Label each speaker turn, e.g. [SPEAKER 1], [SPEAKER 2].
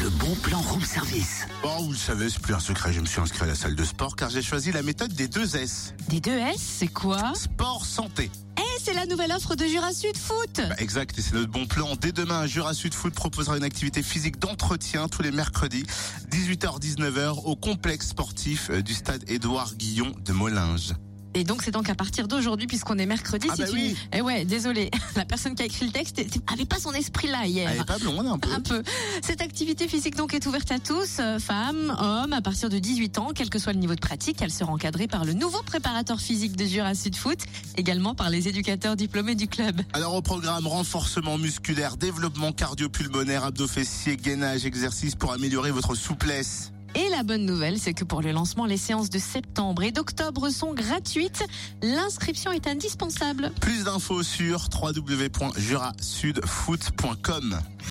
[SPEAKER 1] Le bon plan room service.
[SPEAKER 2] Bon, vous le savez, c'est plus un secret, je me suis inscrit à la salle de sport car j'ai choisi la méthode des deux S.
[SPEAKER 3] Des deux S, c'est quoi
[SPEAKER 2] Sport santé.
[SPEAKER 3] Eh, c'est la nouvelle offre de Jura Sud Foot
[SPEAKER 2] Bah, exact, et c'est notre bon plan. Dès demain, Jura Sud Foot proposera une activité physique d'entretien tous les mercredis, 18h-19h, au complexe sportif euh, du stade Édouard Guillon de Molinges.
[SPEAKER 3] Et donc, c'est donc à partir d'aujourd'hui, puisqu'on est mercredi,
[SPEAKER 2] Ah
[SPEAKER 3] si
[SPEAKER 2] bah
[SPEAKER 3] tu...
[SPEAKER 2] oui.
[SPEAKER 3] Eh ouais, désolé, la personne qui a écrit le texte était- avait pas son esprit là hier.
[SPEAKER 2] Ah, Elle est pas blonde un peu
[SPEAKER 3] Un peu. Cette activité physique donc est ouverte à tous, euh, femmes, hommes, à partir de 18 ans, quel que soit le niveau de pratique. Elle sera encadrée par le nouveau préparateur physique de Jura Sud Foot, également par les éducateurs diplômés du club.
[SPEAKER 2] Alors au programme, renforcement musculaire, développement cardio-pulmonaire, abdos fessiers, gainage, exercice pour améliorer votre souplesse.
[SPEAKER 3] Et la bonne nouvelle, c'est que pour le lancement, les séances de septembre et d'octobre sont gratuites. L'inscription est indispensable.
[SPEAKER 2] Plus d'infos sur www.jurasudfoot.com.